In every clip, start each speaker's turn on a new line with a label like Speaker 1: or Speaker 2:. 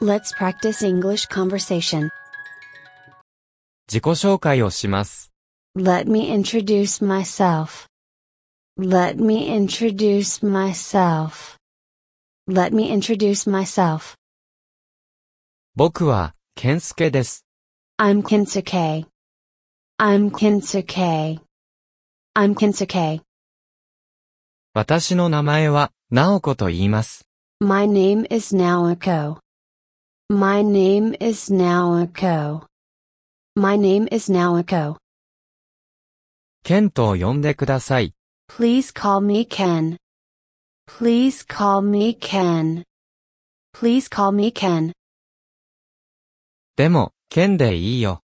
Speaker 1: Let's practice English conversation.
Speaker 2: 自己紹介をします。
Speaker 1: Let me introduce myself. Let me introduce myself. Let me introduce myself.
Speaker 2: 僕は、ケンスケです。
Speaker 1: I'm Kinsuke. I'm Kinsuke. I'm Kinsuke.
Speaker 2: 私の名前は、ナオコと言います。
Speaker 1: My name is Naoko. My name is Naoko. My name is Naoko.
Speaker 2: ケントを呼んでください。
Speaker 1: Please call me Ken. Please call me Ken. Please call me Ken.
Speaker 2: でも、ケンでいいよ。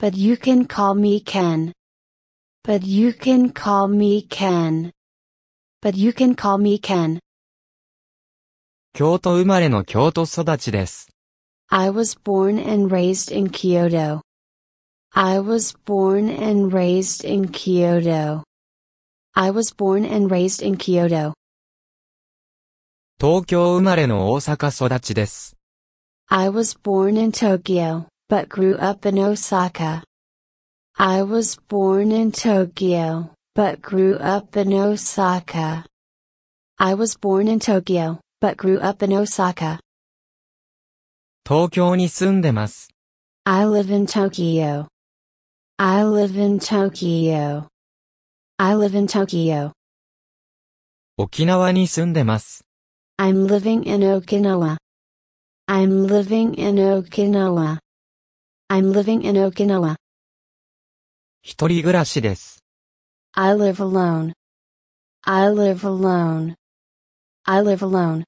Speaker 1: But you can call me Ken. But you can call me Ken. But you can call me Ken.
Speaker 2: 京都生まれの京都育ちです。
Speaker 1: I was born and raised in Kyoto. I was born and raised in Kyoto. I was born and raised in Kyoto.
Speaker 2: 東京生まれの大阪育ちです。
Speaker 1: I was born in Tokyo, but grew up in Osaka. I was born in Tokyo, but grew up in Osaka. I was born in Tokyo, but grew up in Osaka.
Speaker 2: 東京に住んでます。
Speaker 1: I live in Tokyo. I live in Tokyo. I live in Tokyo.
Speaker 2: 沖縄に住んでます。
Speaker 1: I'm living in Okinawa. I'm living in Okinawa. I'm living in Okinawa.
Speaker 2: 一人暮らしです。
Speaker 1: I live alone. I live alone. I live alone.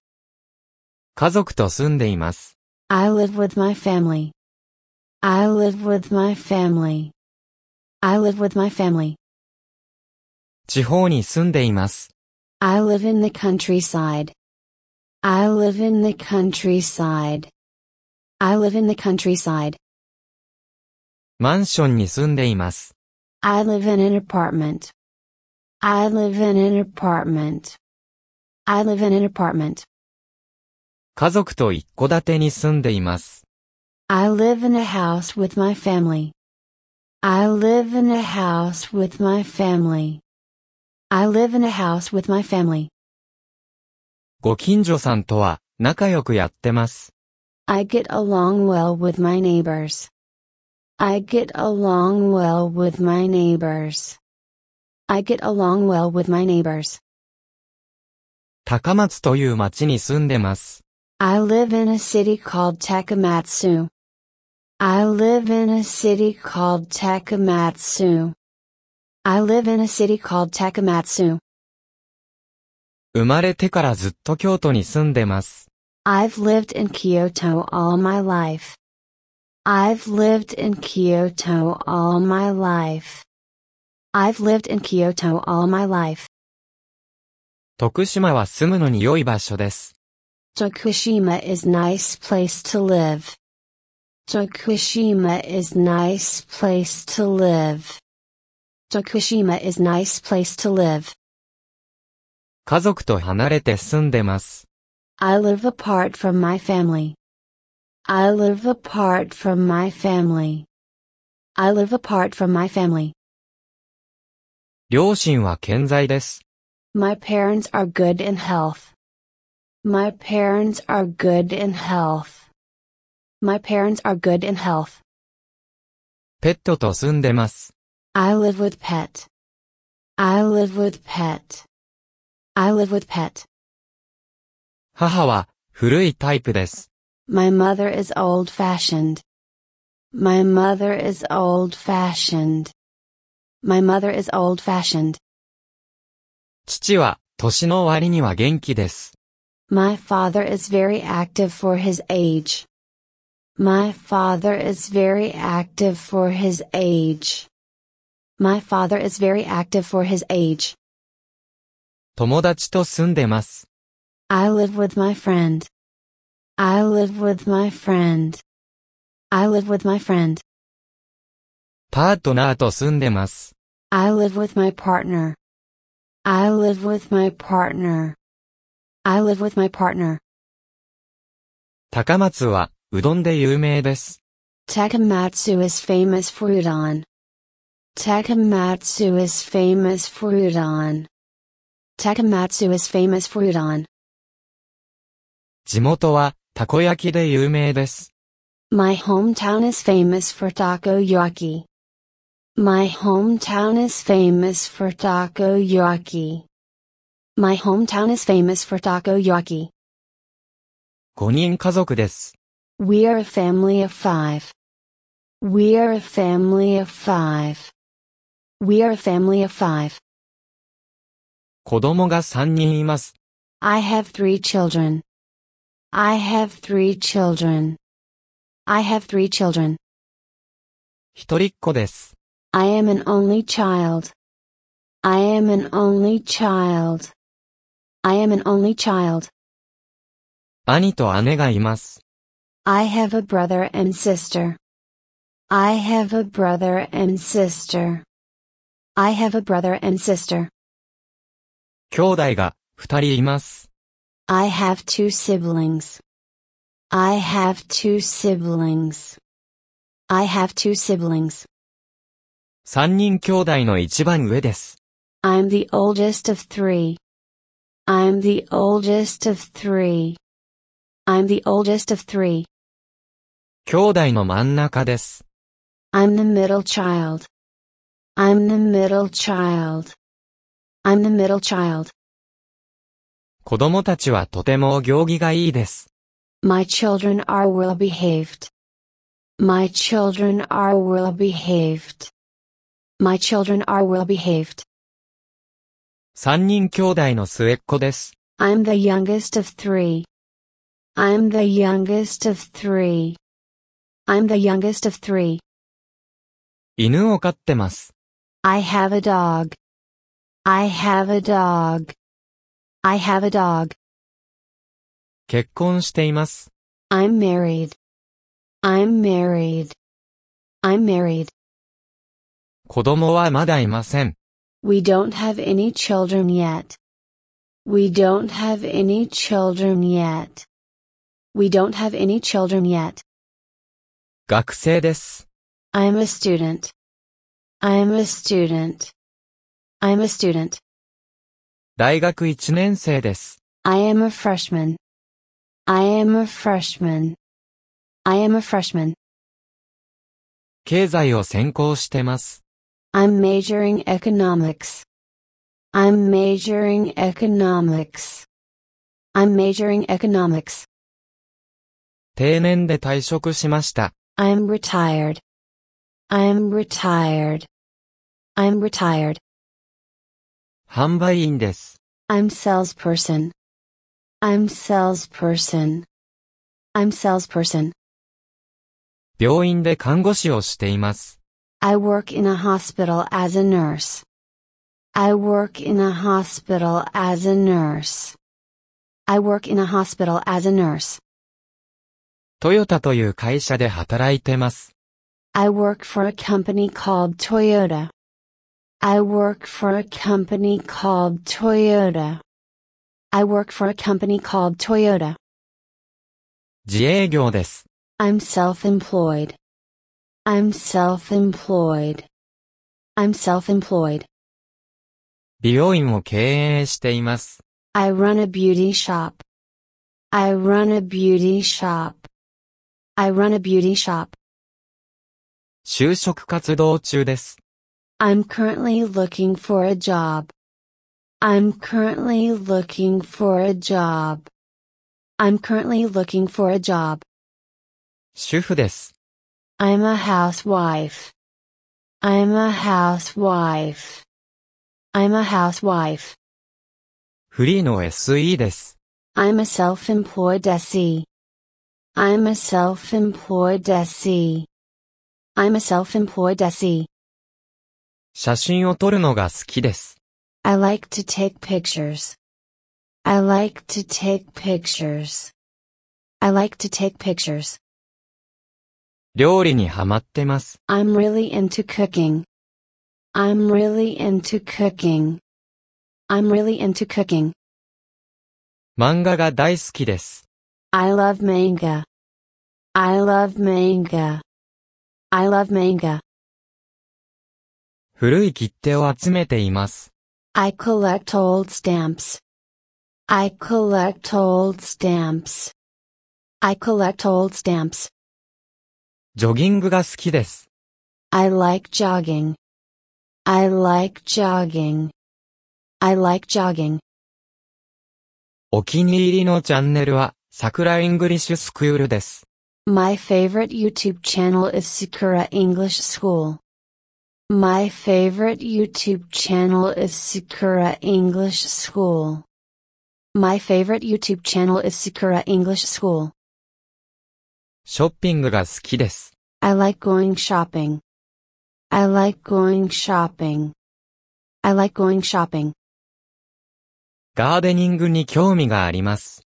Speaker 2: 家族と住んでいます。
Speaker 1: I live with my family. I live with my family. I live with my family.
Speaker 2: 地方に住んでいます。
Speaker 1: I live in the countryside. I live in the countryside. I live in the countryside.
Speaker 2: マンションに住んでいます。
Speaker 1: I live in an apartment. I live in an apartment. I live in an apartment.
Speaker 2: 家族と一戸建てに住んでいます。
Speaker 1: I live in a house with my family. I live in a house with my family. I live in a house with my family.
Speaker 2: ご近所さんとは、仲良くやってます。
Speaker 1: I get along well with my neighbors. I get along well with my neighbors. I get along well with my neighbors.
Speaker 2: 高松という町に住んでます。
Speaker 1: I live in a city called Takamatsu. I live in a city called Takamatsu. I live in a city called Takamatsu.
Speaker 2: 生まれてからずっと京都に住んでます。
Speaker 1: I've lived in Kyoto all my life. I've lived in Kyoto all my life. I've lived in Kyoto all my life.
Speaker 2: 徳島は住むのに良い場所です。
Speaker 1: Tokushima is nice place to live. Tokushima is nice place to live. Tokushima is nice place to live.
Speaker 2: 家族と離れて住んでます。
Speaker 1: I live apart from my family. I live apart from my family. I live apart from my family.
Speaker 2: 両親は健在です。
Speaker 1: My parents are good in health. My parents are good in health. My parents are good in health.
Speaker 2: ペットと住んでます。
Speaker 1: I live with pet. I live with pet. I live with pet.
Speaker 2: 母は古いタイプです。
Speaker 1: My mother is old fashioned. My mother is old fashioned. My mother is old fashioned.
Speaker 2: 父は年の割には元気です。
Speaker 1: My father is very active for his age. My father is very active for his age. My father is very active for his age.
Speaker 2: 友達と住んでます。
Speaker 1: I live with my friend. I live with my friend. I live with my friend.
Speaker 2: パートナーと住んでます。
Speaker 1: I live with my partner. I live with my partner. I live with my partner.
Speaker 2: 高松はうどんで有名です。
Speaker 1: Takamatsu is famous for udon. Takamatsu is famous for udon. Takamatsu is famous for udon.
Speaker 2: 地元は、たこ焼きで有名です。
Speaker 1: My hometown is famous for takoyaki. My hometown is famous for takoyaki. My hometown is famous for takoyaki.
Speaker 2: 5人家族です。
Speaker 1: We are a family of five. We are a family of five. We are a family of five.
Speaker 2: 子供が3人います。
Speaker 1: I have three children. I have three children. I have three children.
Speaker 2: 一人っ子です。
Speaker 1: I am an only child. I am an only child. I am an only child.
Speaker 2: 兄と姉がいます。
Speaker 1: I have a brother and sister. I have a brother and sister. I have a brother and sister.
Speaker 2: 兄弟が2人います。
Speaker 1: I have two siblings. I have two siblings. I have two siblings.
Speaker 2: 3人兄弟の一番上です。
Speaker 1: I'm the oldest of three. I'm the oldest of three. I'm the oldest of three.
Speaker 2: 兄弟の真ん中です。
Speaker 1: I'm the middle child. I'm the middle child. I'm the middle child.
Speaker 2: 子供たちはとても行儀がいいです。
Speaker 1: My children are well behaved. My children are well behaved. My children are well behaved.
Speaker 2: 3人兄弟の末っ子です。
Speaker 1: I'm the youngest of three. I'm the youngest of three. I'm the youngest of three.
Speaker 2: 犬を飼ってます。
Speaker 1: I have a dog. I have a dog. I have a dog.
Speaker 2: 結婚しています。
Speaker 1: I'm married. I'm married. I'm married.
Speaker 2: 子供はまだいません。
Speaker 1: We don't have any children yet. We don't have any children yet. We don't have any children yet.
Speaker 2: 学生です。
Speaker 1: I'm a student. I'm a student. I'm a student.
Speaker 2: 大学1年生です。
Speaker 1: I am a freshman. I am a freshman. I am a freshman.
Speaker 2: 経済を専攻してます。
Speaker 1: I'm majoring economics. I'm majoring economics. I'm majoring economics.
Speaker 2: 定年で退職しました。
Speaker 1: I'm retired. I'm retired. I'm retired.
Speaker 2: 販売員です。
Speaker 1: I'm salesperson. I'm salesperson. I'm salesperson.
Speaker 2: 病院で看護師をしています。
Speaker 1: I work in a hospital as a nurse. I work in a hospital as a nurse. I work in a hospital as a nurse.
Speaker 2: トヨタという会社で働いてます。
Speaker 1: I work for a company called Toyota. I work for a company called Toyota. I work for a company called Toyota.
Speaker 2: 自営業です。
Speaker 1: I'm self employed. I'm self employed. I'm self employed.
Speaker 2: 美容院を経営しています。
Speaker 1: I run a beauty shop. I run a beauty shop. I run a beauty shop.
Speaker 2: 就職活動中です。
Speaker 1: I'm currently looking for a job. I'm currently looking for a job. I'm currently looking for a job.
Speaker 2: 主婦です。
Speaker 1: I'm a housewife. I'm a housewife. I'm a housewife.
Speaker 2: フリーの SE です。
Speaker 1: I'm a self-employed SE. I'm a self-employed SE. I'm a self-employed E. SE.
Speaker 2: 写真を撮るのが好きです。
Speaker 1: I like to take pictures. I like to take pictures. I like to take pictures.
Speaker 2: 料理にハマってます。
Speaker 1: I'm really into cooking. I'm really into cooking. I'm really into cooking.
Speaker 2: 漫画が大好きです。
Speaker 1: I love manga. I love manga. I love manga.
Speaker 2: 古い切手を集めています。
Speaker 1: I collect old stamps. I collect old stamps. I collect old stamps.
Speaker 2: ジョギングが好きです。
Speaker 1: I like jogging. I like jogging. I like jogging.
Speaker 2: お気に入りのチャンネルは、桜イングリッシュスクールです。
Speaker 1: My favorite YouTube channel is Sakura English School. My favorite YouTube channel is Sakura English School. My favorite YouTube channel is Sakura English School.
Speaker 2: ショッピングが好きです。
Speaker 1: I like going shopping. I like going shopping. I like going shopping.
Speaker 2: ガーデニングに興味があります。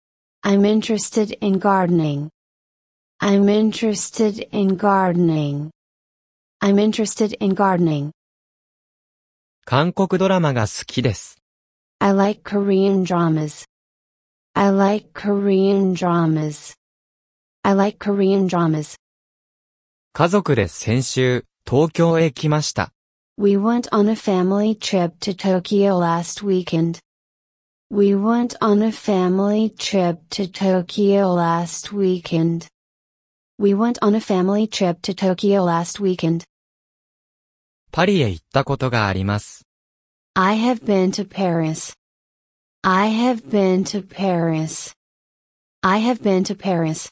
Speaker 1: I'm interested in gardening. I'm interested in gardening. I'm interested in gardening.
Speaker 2: 韓国ドラマが好きです。
Speaker 1: I like Korean dramas. I like Korean dramas. I like Korean dramas.
Speaker 2: 家族で先週、東京へ来ました。
Speaker 1: We went on a family trip to Tokyo last weekend. We went on a family trip to Tokyo last weekend. We went on a family trip to Tokyo last weekend.
Speaker 2: パリへ行ったことがあります。
Speaker 1: I have been to Paris. I have been to Paris. I have been to Paris.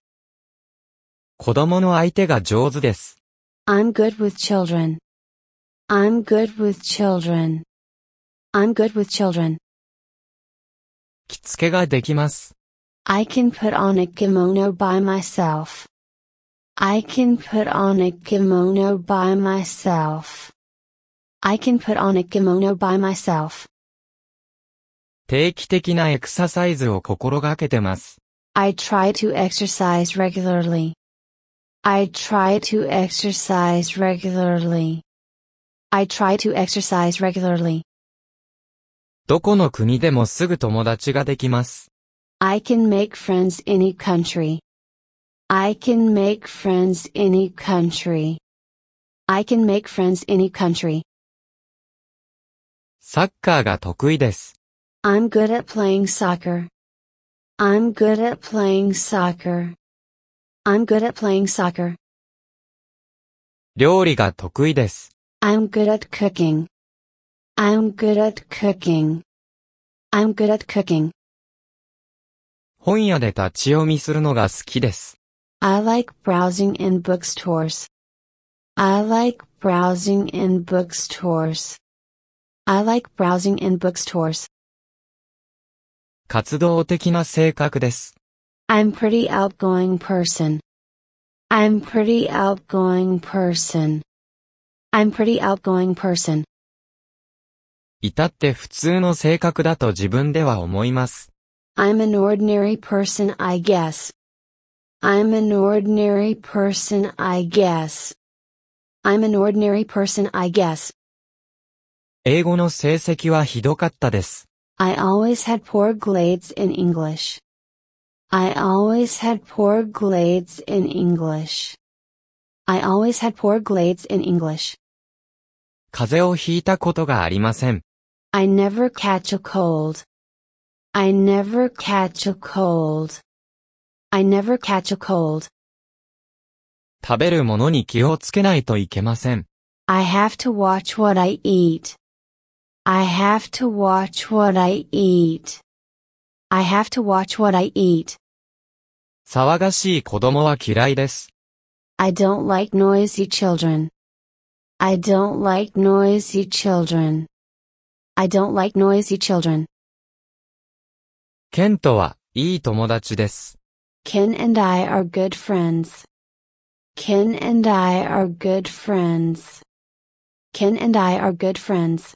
Speaker 2: 子供の相手が上手です。
Speaker 1: I'm good with children. I'm good with children. I'm good with children.
Speaker 2: 着付けができます。
Speaker 1: I can put on a kimono by myself. I can put on a kimono by myself. I can put on a kimono by myself.
Speaker 2: 定期的なエクササイズを心がけてます。
Speaker 1: I try to exercise regularly. I try to exercise regularly. I try to exercise regularly.
Speaker 2: どこの国でもすぐ友達ができます。
Speaker 1: I can make friends any country. I can make friends any country. I can make friends any country.
Speaker 2: サッカーが得意です。
Speaker 1: I'm good at playing soccer. I'm good at playing soccer. I'm good at playing soccer.
Speaker 2: 料理が得意です。
Speaker 1: I'm good at cooking. I'm good at cooking. I'm good at cooking.
Speaker 2: 本屋で立ち読みするのが好きです。
Speaker 1: I like browsing in bookstores. I like browsing in bookstores. I like browsing in bookstores.
Speaker 2: 活動的な性格です。
Speaker 1: I'm pretty outgoing person. I'm pretty outgoing person. I'm pretty outgoing person.
Speaker 2: 至って普通の性格だと自分では思います。
Speaker 1: I'm an ordinary person, I guess. I'm an ordinary person, I guess. I'm an ordinary person, I guess.
Speaker 2: 英語の成績はひどかったです。
Speaker 1: I always had poor grades in English. I always had poor grades in English. I always had poor grades in English.
Speaker 2: 風邪をひいたことがありません。
Speaker 1: I never catch a cold. I never catch a cold. I never catch a cold.
Speaker 2: 食べるものに気をつけないといけません。
Speaker 1: I have to watch what I eat. I have to watch what I eat. I have to watch what I eat.
Speaker 2: 騒がしい子供は嫌いです。
Speaker 1: I don't like noisy children. I don't like noisy children. I don't like noisy children.
Speaker 2: ケントはいい友達です。
Speaker 1: Ken and I are good friends. Ken and I are good friends. Ken and I are good friends.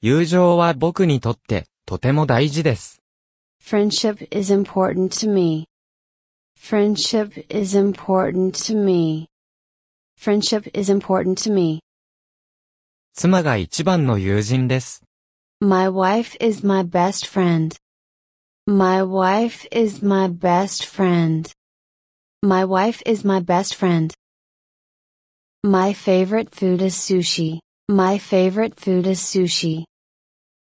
Speaker 2: 友情は僕にとってとても大事です。
Speaker 1: Friendship is important to me. Friendship is important to me. Friendship is important to me.
Speaker 2: 妻が一番の友人です。
Speaker 1: My wife is my best friend. My wife is my best friend. My wife is my best friend. My favorite food is sushi. My favorite food is sushi.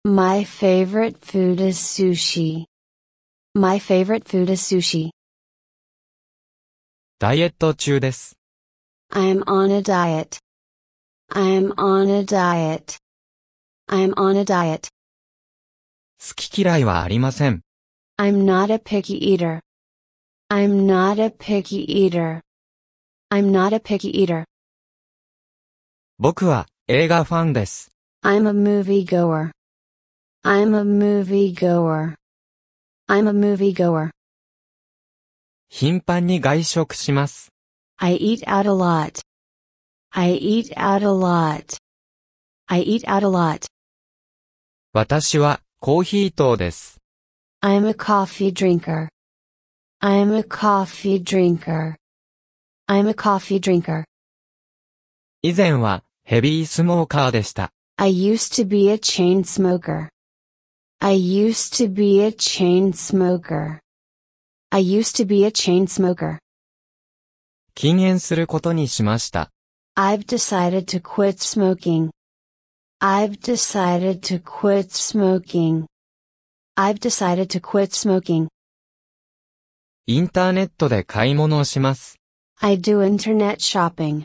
Speaker 1: My favorite food is sushi. My favorite food is sushi.
Speaker 2: ダイエット中です。
Speaker 1: I am on a diet. I am on a diet. I am on a diet.
Speaker 2: 好き嫌いはありません。
Speaker 1: I'm not a picky eater. I'm not a picky eater. I'm not a picky eater.
Speaker 2: 僕は映画ファンです。
Speaker 1: I'm a movie goer. I'm a movie goer. I'm a movie goer.
Speaker 2: 頻繁に外食します。
Speaker 1: I eat out a lot. I eat out a lot. I eat out a lot.
Speaker 2: 私はコーヒー糖です。
Speaker 1: I'm a coffee drinker. I'm a coffee drinker. I'm a coffee drinker.
Speaker 2: 以前はヘビースモーカーでした。
Speaker 1: I used to be a chain smoker. I used to be a chain smoker. I used to be a chain smoker.
Speaker 2: 禁煙することにしました。
Speaker 1: I've decided to quit smoking. I've decided to quit smoking. I've decided to quit smoking.
Speaker 2: インターネットで買い物をします。
Speaker 1: I do internet shopping.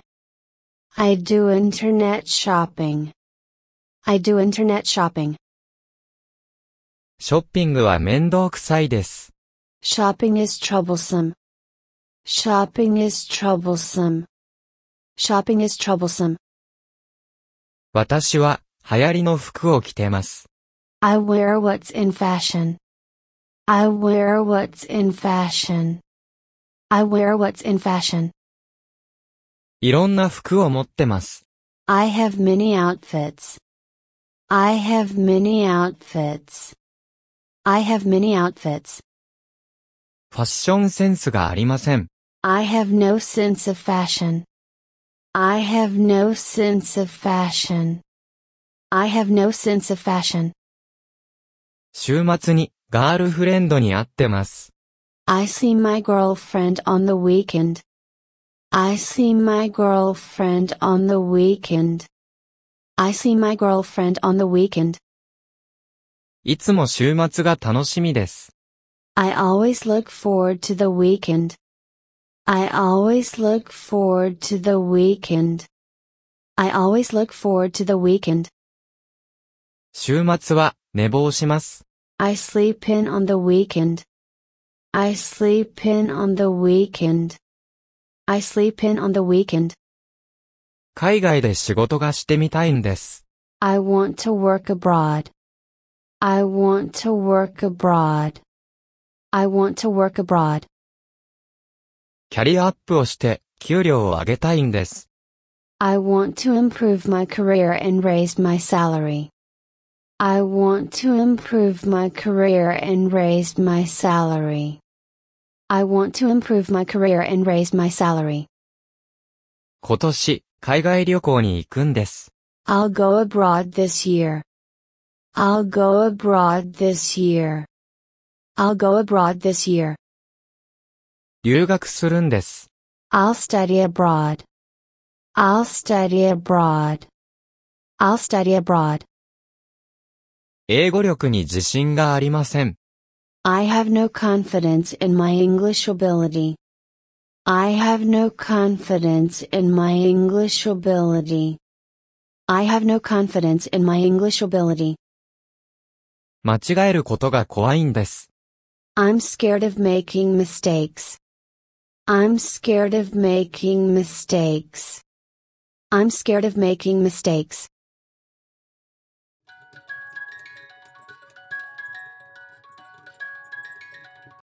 Speaker 1: I do internet shopping. I do internet shopping.
Speaker 2: ショッピングは面倒くさいです。
Speaker 1: Shopping is troublesome. Shopping is troublesome. Shopping is troublesome.
Speaker 2: 私は流行りの服を着てます。
Speaker 1: I wear what's in fashion. I wear what's in fashion. I wear what's in fashion.
Speaker 2: いろんな服を持ってます。
Speaker 1: I have many outfits. I have many outfits. I have many outfits.
Speaker 2: ファッションセンスがありません。
Speaker 1: I have no sense of fashion. I have no sense of fashion. I have no sense of fashion.
Speaker 2: 週末にガールフレンドに会ってます。
Speaker 1: I see my girlfriend on the weekend. I see my girlfriend on the weekend. I see my girlfriend on the weekend.
Speaker 2: いつも週末が楽しみです。
Speaker 1: I always look forward to the weekend. I always look forward to the weekend. I always look forward to the weekend.
Speaker 2: 週末は寝坊します。
Speaker 1: I sleep in on the weekend. I sleep in on the weekend. I sleep in on the weekend.
Speaker 2: 海外で仕事がしてみたいんです。
Speaker 1: I want to work abroad. I want to work abroad. I want to work abroad.
Speaker 2: キャリアアップをして給料を上げたいんです。
Speaker 1: I want to improve my career and raise my salary. I want to improve my career and raise my salary. I want to improve my career and raise my salary.
Speaker 2: 今年、海外旅行に行くんです。
Speaker 1: I'll go abroad this year. I'll go abroad this year. I'll go abroad this year.
Speaker 2: 留学するんです。
Speaker 1: I'll study abroad. I'll study abroad. I'll study abroad.
Speaker 2: 英語力に自信がありません。
Speaker 1: I have no confidence in my English ability. I have no confidence in my English ability. I have no confidence in my English ability.
Speaker 2: 間違えることが怖いんです。
Speaker 1: I'm scared of making mistakes. I'm scared of making mistakes. I'm scared of making mistakes.